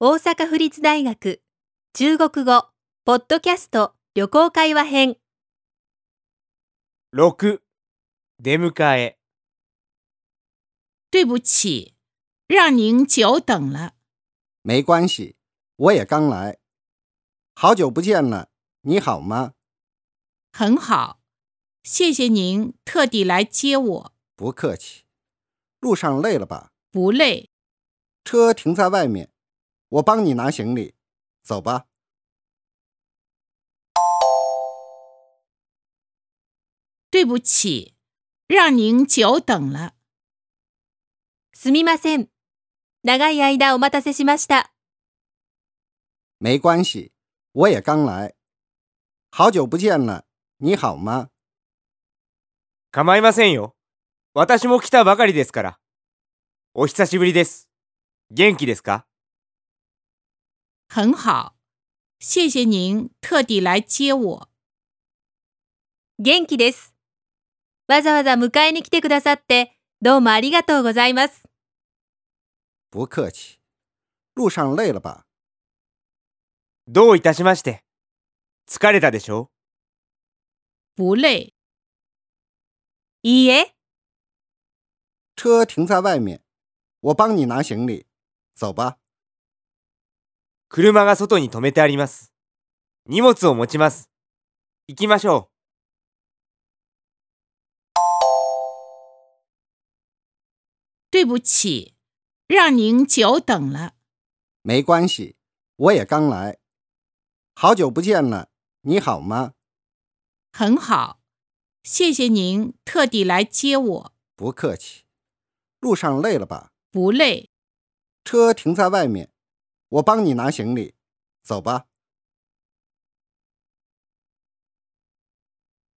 大阪府立大学中国語ポッドキャスト旅行会話編6出迎え对不起，让您久等了。没关系，我也刚来，好久不见了，你好吗？很好，谢谢您特地来接我。不客气。路上累了吧？不累，车停在外面，我帮你拿行李。走吧。对不起，让您久等了。すみません長い間お待たせしました没关系，我也刚来，好久不见了，你好吗？構いませんよ。私も来たばかりですから。お久しぶりです。元気ですか很好，谢谢您特地来接我。元気ですわざわざ迎えに来てくださってどうもありがとうございます不客气。路上累了吧？どういたしまして。疲れたでしょ不累，いいえ车停在外面，我帮你拿行李。走吧。車が外に止めてあります。荷物を持ちます。行きましょ对不起，让您久等了。没关系，我也刚来，好久不见了，你好吗？很好，谢谢您特地来接我。不客气。路上累了吧？不累，车停在外面，我帮你拿行李。走吧。